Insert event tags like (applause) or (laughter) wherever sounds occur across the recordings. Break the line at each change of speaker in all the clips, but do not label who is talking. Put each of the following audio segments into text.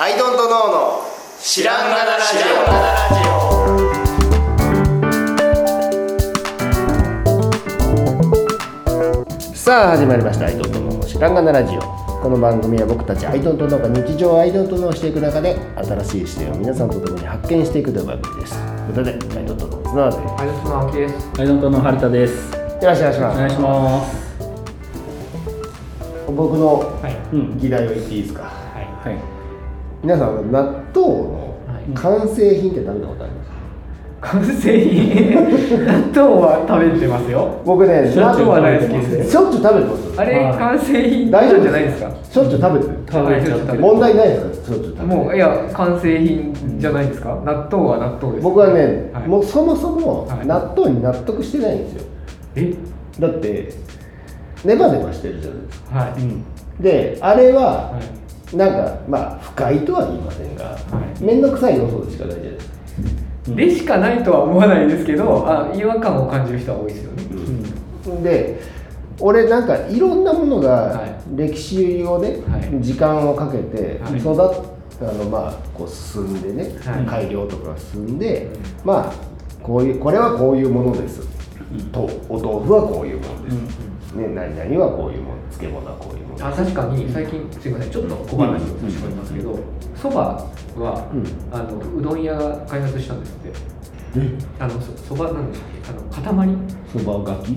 アイドントノーの知らんがなラジ
オさあ始まりました「アイドントノーの知らんがなラジオ」この番組は僕たちアイドントノーが日常をアイドントノーしていく中で新しい視点を皆さんと共に発見していくという番組ですということでアイドントノーの綱
アイドルの青木です。
アイドントの春田です。
でよろしくお願いし
お
ま
願いします。
す僕の
はい。
うん。
議題を言っていいですか
は
はい。
皆さん納豆の
はい
完成品って食べたことあります
い。完成品。納豆は食べてますよ。
僕ね
しょっちゅう
納豆は
食べてますね
しょっちゅう食べてます
あれ、
はい
完成品
大丈夫
じゃないですか。
しょっちゅう食べてる
食べちゃってる。
問題ないですかしょっちゅう食べてる
もう、いや、完成品じゃないですか。納豆は納豆です。
僕はね、
はい
もうそもそも
はい
納豆に納得してないんですよ
え。
だってネバネバしてるじゃないですか
は
う
い。
ん。
であれ
は。
はいなんかまあ不快とは言いませんが
い
面倒、くさい要素でしかないじゃないですか、
でしかないとは思わないですけど、あ、違和感を感じる人は多いですよね。
で俺なんかいろんなもの
は
が
い
歴史をね、
はい
時間をかけて
はい
育っ、あのまあこう進んでね、
はい
改良とかが進んで、まあこういうこれはこういうものです、とお豆腐はこういうものです、ね、何々はこういうもの漬物はこういうもの
あ、確かに、最近、すいません、ちょっと小話を差し込みますけど。そばは、
うん
あの、うどん屋が開発したんですって。あの、そ、そばなんでしたっけ、あの、塊。
そばがき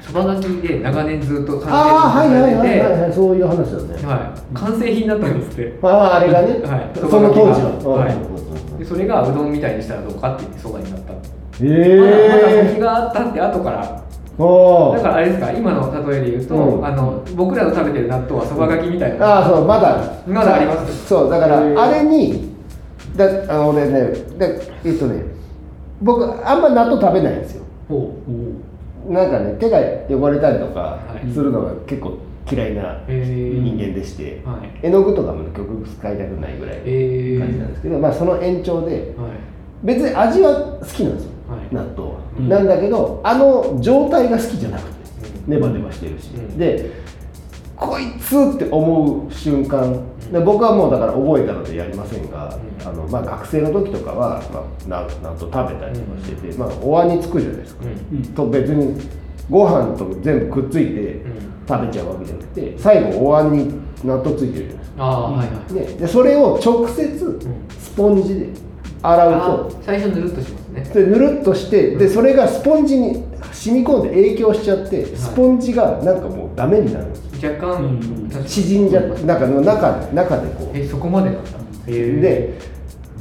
そばがきで長年ずっと完成
ああはい
品
はい
さ
はい
れて
はい、はい、そういう話だね、
はい完成品だったんですって
あああれがね、
はい
その当時は、
はい
うんうんうん
でそれがうどんみたいにしたらどうかって言ってそばになったまだまだ
え
先
え
があったって後から
ー、お
だ
ー
からあれですか今の例えで言うと、
うん
あの僕らの食べてる納豆はそばがきみたいな、
ああそうまだ
まだあります
そうだから
へー
あれにだあの俺ねでえっとね僕あんま納豆食べないんですよ
ほう
なんかね手が汚れたりとか
はい
するのが結構嫌いな
へー
人間でして、
はい
絵の具とかも極力使いたくないぐらいの
えー
感じなんですけど、まあその延長で
はい
別に味は好きなんですよ、
はい
納豆は、
うん
なんだけどあの状態が好きじゃなくて
うん
ネバネバしてるし、
うん
でこいつって思う瞬間で僕はもうだから覚えたのでやりませんが、
うん
あのまあ、学生の時とかは、まあ、な納豆食べたりとかしてて、まあ、お椀につくじゃないですか、
うん
うん
と別にご飯と全部くっついて
ん
食べちゃうわけじゃなくて最後お椀に納豆ついてるじゃないですか
ああはいはい、
ね、でそれを直接スポンジで洗う
あ
と、
最初ぬるっとしますね
でぬるっとしてでそれがスポンジに染み込んで影響しちゃってスポンジがなんかもうダメになるんです
若干、
うん
確かに
縮んじゃってなんかの中で中でこ
えそこまでなんだ
うで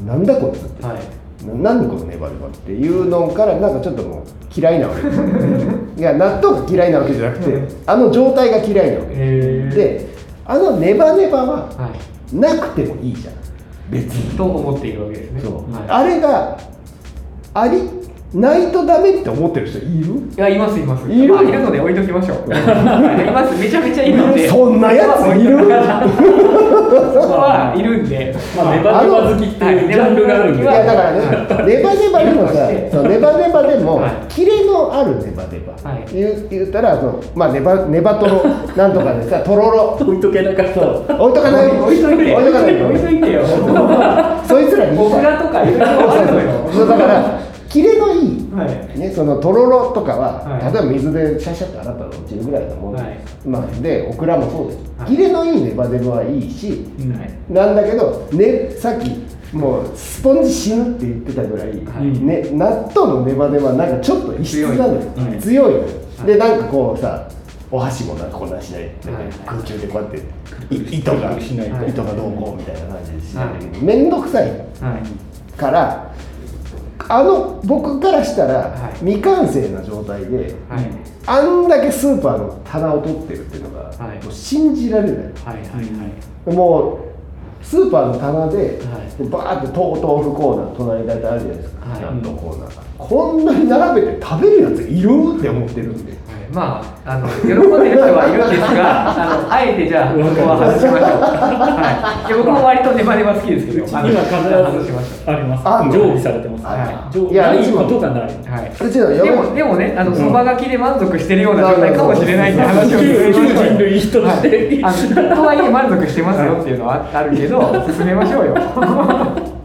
なんだこいつって
はい
な何このネバネバっていうのからなんかちょっともう嫌いなわけ (laughs) いや納豆が嫌いなわけじゃなくてあの状態が嫌いなわけ
え
であのネバネバは
はい
なくてもいいじゃん別に
と思っているわけですね。
そう、
はい、
あれがありないとダメって思ってる人いる
いやいますいます。
いる
まあいるので置いときましょう。 (laughs) はいいますめちゃめちゃいるので。
そんなやついる
そこはいるんで。
まあネバネバ好きっていうジャンルがあるん
い
で。
はい
やだからねネバネバでもさ
いるとして
そうネバネバでも、
はい
キレのあるネバネバ、
はい
言う言ったらその、まあ、ネバネバトロなんとかでさとろろ
置いとけなかった。
そう置いとかない
置いといてよ。
置いとかない
置いといてよ。
(laughs) そいつらに
僕らとかいろいろあるの
そうそう
よ。
だからキレのいい
はい。
ね、そのとろろとかは、
はい
例えば水でシャシャって洗ったら落ちるぐらいのもんで,、
はい
まあ、でオクラもそうです、
はい
キレのいいネバネバはいいし
うん。
なんだけど、ね、さっきもうスポンジ死ぬって言ってたぐらい、
はい
ね、納豆のネバネバはなんかちょっと異質なのよ
強いはい
強いのよ、
はい
でなんかこうさお箸もなんかこんなんしない、
はい
空中でこうやってい糸が
しない
と
糸がどうこうみたいな感じでし
は
ない
い
面倒くさい
はい。
からあの僕からしたら、
はい
未完成な状態で
はい。
あんだけスーパーの棚を取ってるっていうのが、
はい
もう信じられない
はいはい
はい
もうスーパーの棚で、
は
バーってとう豆腐コーナー隣だってあるじゃないですか、
はい
納豆コーナーこんなに並べて食べるやついるって思ってるんで
はい。まああの喜んでる人はいるんです
(laughs)
があのあえてじゃあここは外しましょう、はい、いや僕も割とネバネバ好きですけ
う
ど
ち
あの
には必ず
外しまし
あります
あんの
常備されてますね常
いや
ないことがない
た、はい、
うちの
で
嫁
もでもねあのそばがきで満足してるような
うん
状態かもしれないって話を
旧
進めま
旧
しょう
人
よ
類人として
あのとはいえ満足してますよっていうのはあるけど進めましょうよ、は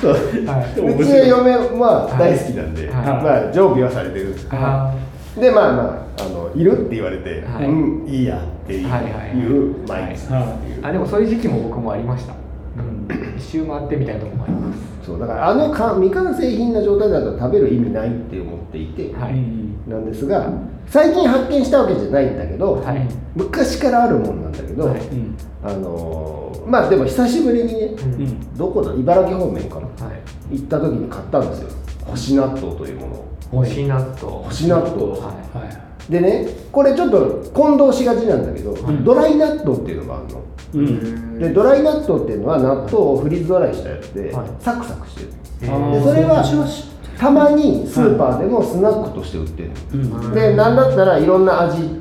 そう
い、
うちの嫁は大好きなんで、
はい
まあ常備はされてるんですよ
あ
でまあまああのいるって言われて、
はい
うんいいやっていう,、
はいはい
毎日、
はい
ーあでもそういう時期も僕もありました
うん
一周回ってみたいなとこもあります
そうだからあのか未完成品な状態だと食べる意味ないって思っていて、
は
う
い
ん
なんですが最近発見したわけじゃないんだけど、
はい
昔からあるもんなんだけど、
はい
うん
あのーまあでも久しぶりにね
うん
うん
どこだ茨城方面かな
はい
行った時に買ったんですよ干し納豆というものを
干し納豆
干し納豆
は
はい
でねこれちょっと混同しがちなんだけど、
はい
ドライ納豆っていうのがあるの
う
い
ん
でドライ納豆っていうのは納豆をフリーズドライしたやつで、
はい
サクサクしてるで
え
あー
それは
私
たまにスーパーでもスナックとして売ってるの、
うん
でなんだったらいろんな味
うん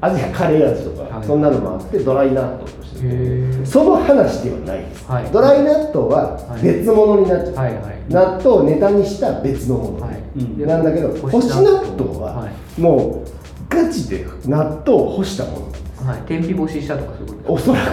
味カレー味とか、
はい
そんなのもあってドライ納豆として売ってる
へー
その話ではないです、
はい
ドライ納豆は
はい
別物になっちゃう、
はいはい
納豆をネタにした別のもの、
はい
うん
なんだけど干し納豆は、
はい
もうガチで納豆を干したもの
はい天日干ししたとかそういうこ
おそら
へ
く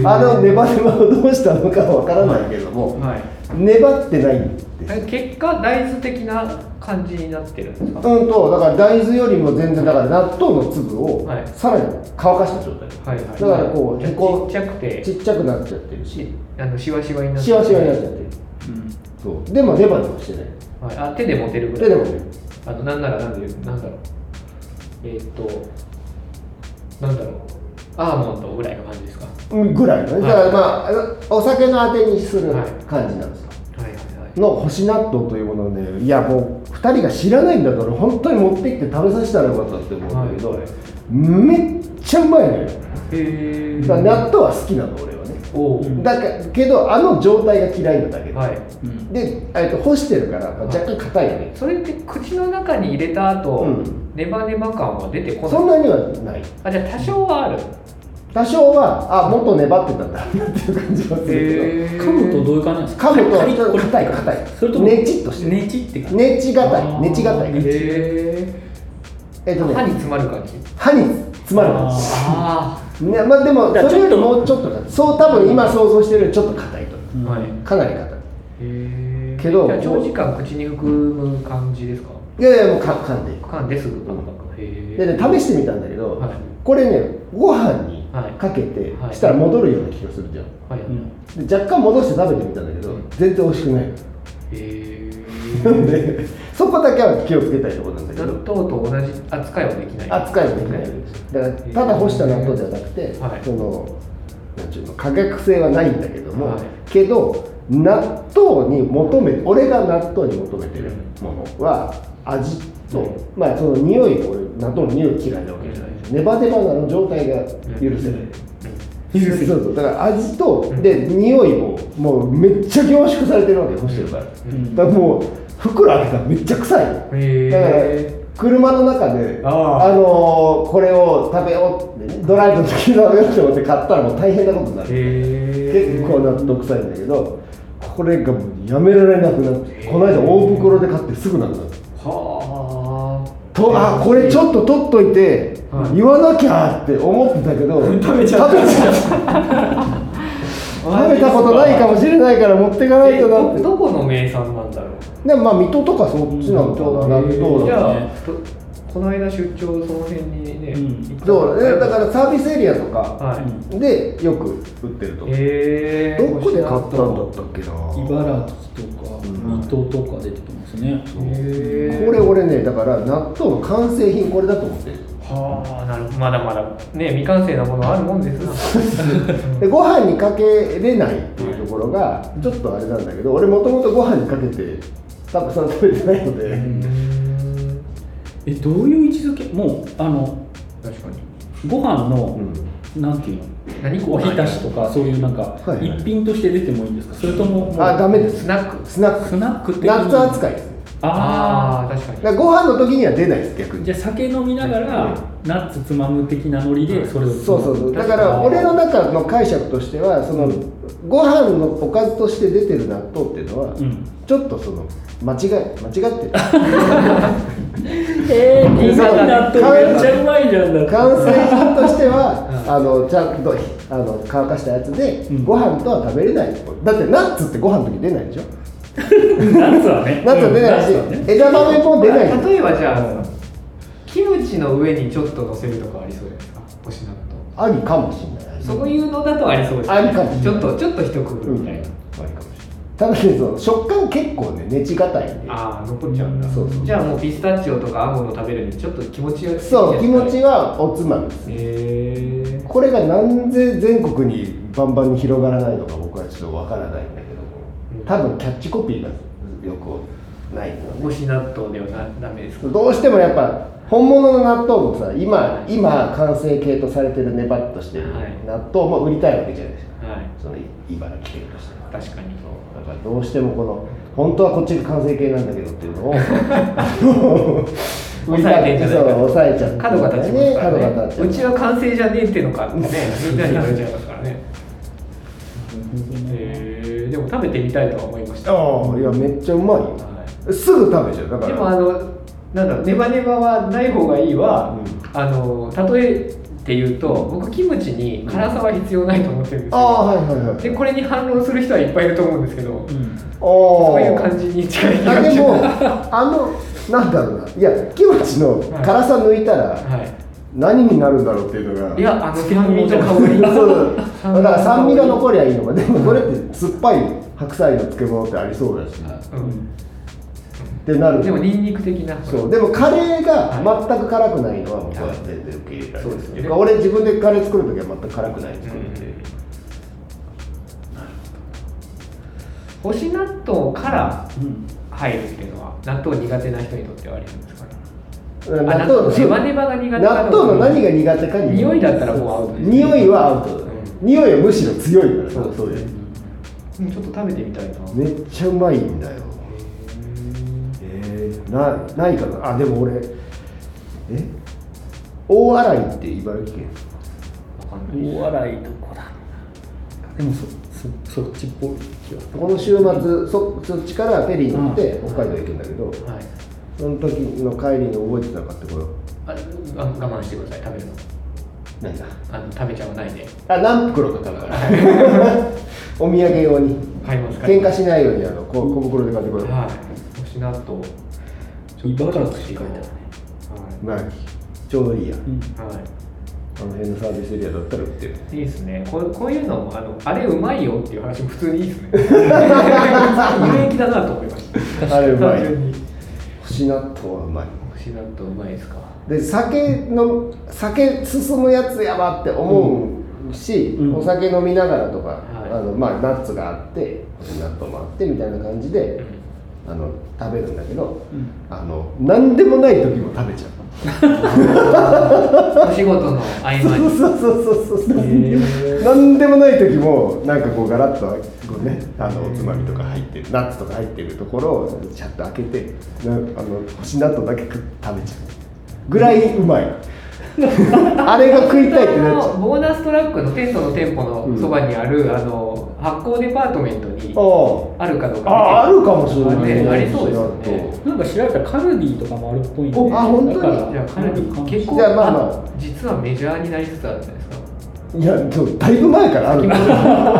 ー
あのネバネバをどうしたのかはわからないけども、
とはい
粘ってないんです
え結果大豆的な感じになってるんですか
うんとだから大豆よりも全然だから納豆の粒を
はい
さらに乾かした状態、
はいはい
だからこうへこ
ちっちゃくて
ちっちゃくなっちゃってるし
あのシワシワになって
シワシワになっちゃってる
うん
そうでもネバネバしてない
はいあ手で持てるぐ
手
らい
でもね
あのなんならなんでなんだろうえーっとなんだろうアーモンドぐらいの感じですかは
うんぐらいのねだからまあお酒のあてにする
はい
感じなんですよ
いはいはい
の干し納豆というものをねいやもう2人が知らないんだったら本当に持ってきて食べさせたらよかったって思うんだけど、
はい
めっちゃうまいのよだか
へえ
ら納豆は好きなの俺はね
おお
だかけどあの状態が嫌いなだけで、
はい
うん
で、えっと干してるから、まあ若干硬いよね、
それって口の中に入れた後、
うん
ネバネバ感は出てこない
そんなにはない
あじゃあ多少はある
多少はあもっと粘ってたんだなっていう感じはする
噛むとどういう感じなんです
け
か
ど噛む
カリッ
と
カリッ
硬い硬い
それとも
ねちっとしてる
ねちって感じ
ねちがた
あー
いねちがたい
ね
へ
えっと
歯に
ね
詰まる感じ
歯に詰まる感じ
あ
ねまあでもそ
だから
れより
ちょっと
もうちょっと硬いそう多分今想像してるよりちょっと硬いと思
うん
はいへ
うかなり硬い
え
けど
じゃあ長時間口に含む感じですか
いやいやもうか噛んでいく
噛んですぐへ
で
え
ね試してみたんだけど、
はい
これねご飯に
はい
かけて、
はい
したら戻るような気がするじゃん
はいはい
うん
で若干戻して食べてみたんだけど全然美味しくない (laughs)
へ
な
え
(laughs) んでそこだけは気をつけたいところなんだけ
納豆
ど
と同じ扱いはできない
扱いはできないんですだからただ干した納豆じゃなくて、
はい
そのなんちゅうの可逆性はないんだけども、
はい
けど納豆に求め俺が納豆に求めてるものは味と、
はい
まあその匂い俺納豆の匂い嫌いなわけじゃないネバネバなの状態が許せない、そうそうだから味と、
うん
で匂いももうめっちゃ凝縮されてるわけ干してるから、
うん
だからもう袋開けたらめっちゃ臭いの
へ
だから
え
車の中で
あ
あ
あ
のーこれを食べようってねドライブの時に食べようって思って買ったらもう大変なことになる
へえ
結構納得臭いんだけどこれがもうやめられなくなってこの間大袋で買ってすぐなくなった
はあ
とあこれちょっと取っといて
はい
言わなきゃって思ってたけど食べちゃった食べ (laughs) たことないかもしれないから持ってかない
え
となっ
ど
て
どこの名産なんだろう
でもまあ水戸とかそっちなのかな
うん
納豆
じ
だと
ゃ
ね
あとこの間出張その辺にね、
うん
行った
そうねだからサービスエリアとか
はい、
うん
でよく売ってると
え
どこで買ったんだ
の
ったっけな
茨城とか水戸とか出てきますね
へえ
これ俺ねだから納豆の完成品これだと思ってる
はあなるほどまだまだね未完成なものはあるもんですな
でご飯にかけれないっていうところがちょっとあれなんだけど俺もともとご飯にかけてたくさん食べてないので、
うーん
えどういう位置づけもうあの
確かに
ご飯のなんていう
何
のおひたしとかそういうなんか
いはい
一品として出てもいいんですかそれとももう
あダメです
スナック
スナック
スナック的に
ナッツ扱いですね
あ
ああ確かに
だからご飯の時には出ないです逆
あ
に
じゃあ酒飲みながらナッツつまむ的なノリでそれを
そうそうそうだから俺の中の解釈としてはそのご飯のおかずとして出てる納豆っていうのは、
うん
ちょっとその間違い間違ってる
えー、
そう
ピザ納豆めっちゃうまいじゃんだって
関西人としては、
うん
あのちゃんとあの乾かしたやつで、
うん
ご飯とは食べれないだってナッツってご飯の時出ないでしょ
ナッツはね
ナッツは出ないし、
うんナッツはね
枝豆も出ない
例えばじゃあキムチの上にちょっと乗せるとかありそうじゃないですかおしなっと
ありかもしれない
そういうのだとありそうです
ありかも
ちょっとちょっと一工夫
うん、
みたいな、
ありかもしれないただねその食感結構ねねちがたいんで
ああ残っちゃうんだ
そうそう
じゃあもうピスタチオとかアンゴの食べるにちょっと気持ちよい
そう気持ち
へ
はおつまみです
え
これがなんで全国にバンバンに広がらないのか僕はちょっとわからないんだけども
うん
多分キャッチコピーがよくないの
お
ね
し納豆ではなダメですか
どうしてもやっぱ本物の納豆もさ今今完成形とされてるネバッとしてる
はい
納豆も売りたいわけじゃないですか
はい
その茨城県としては
確かに
だからどうしてもこの本当はこっちが完成形なんだけどっていう
(laughs)
のをあの
抑えてんじゃないか
そう抑えちゃって
角が立ちますからね
角が立っちゃ
うちは完成じゃねえって
(laughs)
のかってねみんなに言われちゃいますからねへえでも食べてみたいとは思いました
ああいやめっちゃうまいよ
は
すぐ食べちゃうだ
い
か
で
ら
もあのなんだろうネバネバはない方がいいは、
う
あの例えて言うと僕キムチに辛さは必要ないと思ってるんです
あ
よ、
あはいはいはい
でこれに反論する人はいっぱいいると思うんですけど、
うん
そ
そういう感じに近い気
あ
が
で
し (laughs)
も
ます
あのなんだろうないやキムチの辛さ抜いたら
は
何になるんだろうっていうのが
い、いやあの酸味と香り
そうだ
(laughs)
から酸味が残りゃいいのかでもこれって酸っぱい白菜の漬物ってありそうだしっ
うん
てなる
でもニンニク的な
そうでもカレーが全く辛くないのは僕は全然受け入れられ
そう
る
ですね
てか俺自分でカレー作る時は全く辛くないの作って、
うん干し納豆から
うん
入るっていうのは納豆苦手な人にとってはありなんですかね
納
あ
豆の
ネバネバが苦手なの
納豆の何が苦手かに
匂いだったらもうアウトです
匂いはアウトだね、匂いはむしろ強いから
そう
そうだよ
うんちょっと食べてみたいな、
めっちゃうまいんだよえー、なないかなあでも俺え大洗って茨城県
わかんない
大洗どこだでもそそそっちっぽい気は
この週末そそっちからフェリー乗って
うん
北海道行くんだけど
はい
その時の帰りに覚えてなかったこと
ああ我慢してください食べるの
何だ
あの食べちゃわないで
あ何袋か買うから
(laughs)
お土産用に
買いますから
喧嘩しないようにあのこ小袋で買ってこよう
はい干し納豆は
茨城って書いてあるね
茨城ちょうどいいや
うん
い、はい
あの辺のサービスエリアだったら売ってる
いいですねこうこういうのもあのあれうまいよっていう話も普通にいいですね有益だなと思いました
あれうまい
単純に
星納豆はうまい
串納豆うまいですか
で酒の酒進むやつやばって思うし、
うん
お酒飲みながらとか、
はい
あのまあ、ナッツがあって星納豆もあってみたいな感じで、あの食べるんだけど、
うん
あの何でもない時も食べちゃう
(laughs) お仕事の合間
そう
に
そうそうそうそう何でもない時もなんかこうガラッとこうねあのおつまみとか入ってるナッツとか入ってるところをシャッと開けてなあの星納豆だけ食って食べちゃうぐらいうまいあれが食いたいってなっちゃう
ボーナストラックのテントの店舗のそばにある、あの発酵デパートメントに
あ
あるかどうか
ああるかもしれない
ねありそうですよね
なんか調べたらカルディとかもあるっぽいんで
おあ本当に
だから
じゃあかなり結構
じゃあまあま
実はメジャーになりつつあるんじゃないです
(laughs)
か
いやでもだいぶ前からあるんだよ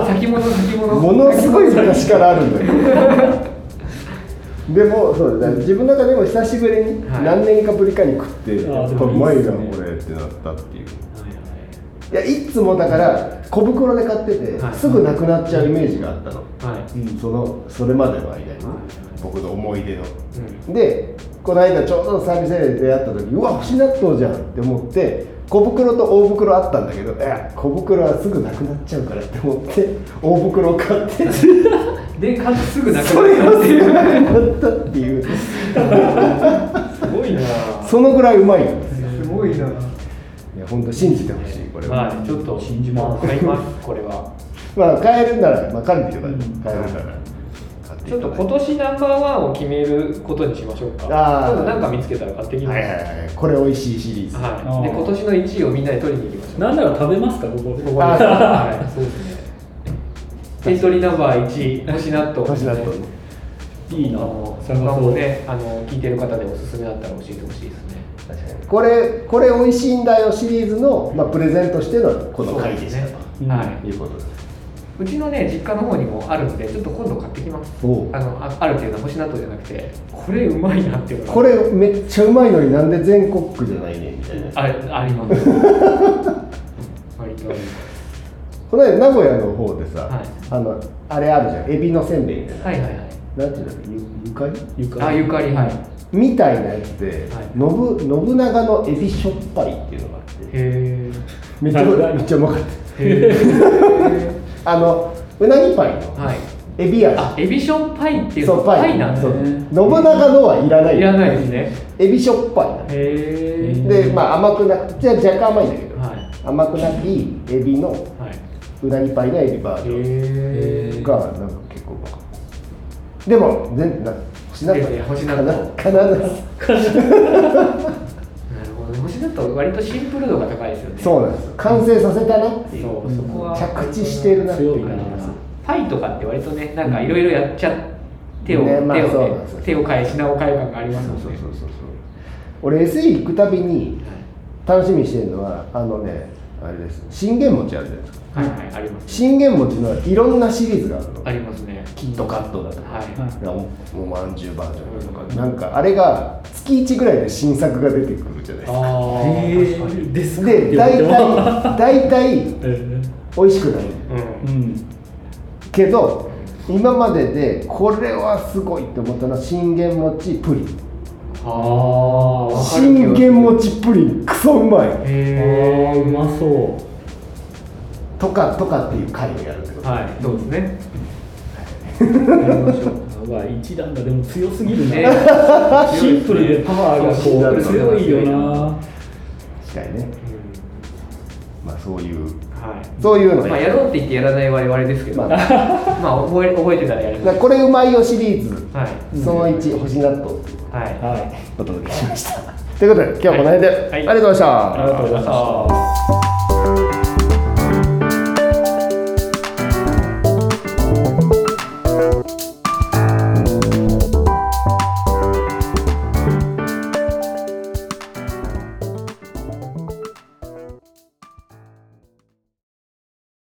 先物先物
ものすごい昔からあるんだよ
(laughs)
でもそうだね自分の中でも久しぶりに
はい
何年かぶりかに食って、
あー
やっ
で
ぱう
も
ま
いい
い
っ
な
すね
これってなったっていう
はいはい
いやいつもだから小袋で買ってて、
はい
すぐなくなっちゃうイメージがあったの、
は
うん、そのそれまでの間に、ね
はい
僕の思い出の、
う
でこの間ちょうどサービスエリアで出会った時うわ星納豆じゃんって思って小袋と大袋あったんだけどいや小袋はすぐなくなっちゃうからって思って大袋を買ってそ
い、でかつすぐなくな
れ
る
をすぐなくなったっていう
すごいな
そのぐらいうまいんですよ
すごいない
や本当信じてほしいこれは、
はいちょっと
信じます
買いますこれは
まあ買えるなら、まあ、カルディとかで
うん
買えるなら買ってってい
ちょ
た
っ
だ
と
いて
今年ナンバーワンを決めることにしましょうか
あー
ちょっとなんか見つけたら買ってきます
はいはいはいこれ美味しいシリーズ
はいで今年の1位をみんなで取りに行きましょう
なんなら食べますかここ
ここ
あ
ではいそうですねエントリーナンバー1星納豆
年だと
(laughs) いいな
あの
探そう
まあもうねあの聞いてる方でおすすめだったら教えてほしいですね
確かにこれこれ美味しいんだよシリーズの、まあ、プレゼントしてのこの回でした
そ
と
うすね
うん
はい
いうことです
うちのね実家の方にもあるんでちょっと今度買ってきます
おう
あのああるっていうのは星納豆じゃなくてこれうまいなっていうのが
これめっちゃうまいのになんで全国区じゃないねみたいな
ああります割とあります
この間名古屋の方でさ、
はい
あのあれあるじゃんエビのせんべいみたいな、
はいはいはい
なんていうんだっけゆゆかり
ゆか
あゆかりはいへ
みたいなやつで、
はい
信信長のエビしょっぱいっていうのがあって
え
めっちゃ
はい
めっちゃうまかっ
へえ
たあのうなぎパイ (laughs) の
はい
エビ味
あエビションパイっていう
そ
の
うパイ
なんです
そう
ね
信長のはいらない
いらないですね
エビしょっぱいなの
へえ
でまあ甘くなじゃあ若干甘いんだけど、
はい
甘くなきエビの
はいへ
うなぎパイのエビバージョン
え
がなんか結構バカでも全な星納
いやいや星納豆
豆かな必ず
なるほどね星だと割とシンプル度が高いですよね
そうなんですよ完成させたなっていう
そうそこは
着地してるなっていう感じがする
パイとかって割とねなんかいろいろやっちゃ手を、
ねまあ
手
そうな
を
ん
ね
ですよ
手を変え品を変え感がありますもんね
そうそうそうそう俺 SE 行くたびに楽しみにしてるのはあのねあれです信玄餅あるじゃないですか
はいはいはいあります
信玄餅のいろんなシリーズがあるの
ありますね
キットカットだとか、
はい
おおまんじゅうバージョンとか、
うん
なんかあれが月1ぐらいで新作が出てくるじゃないですか
ああ
へえですか
で大体大体
(laughs) え
美味しくない
うん
ーうん
けど今まででこれはすごいって思ったのは信玄餅プリン
ああ
信玄餅プリンクソうまい
へえ
ああうまそう
とかとかっていう回をやるけど、
はいそうです
(laughs)
ね
やりましょうや
(laughs)
ばい一段がでも強すぎる
ね
なシンプルでパワーがこう
そうシンプル
強いよな
したいね
うん
まあそういう
はい
そういうの
まあやろうって言ってやらない我々ですけど、
まあ
まあ覚え覚えてたらやり
だか
ま
ら
す
これうまいよシリーズ、
はい
その1星納豆
はい
はい
お届けしましたということで今日はこの辺で、
はい
ありがとうございました、
ありがとうございました
あ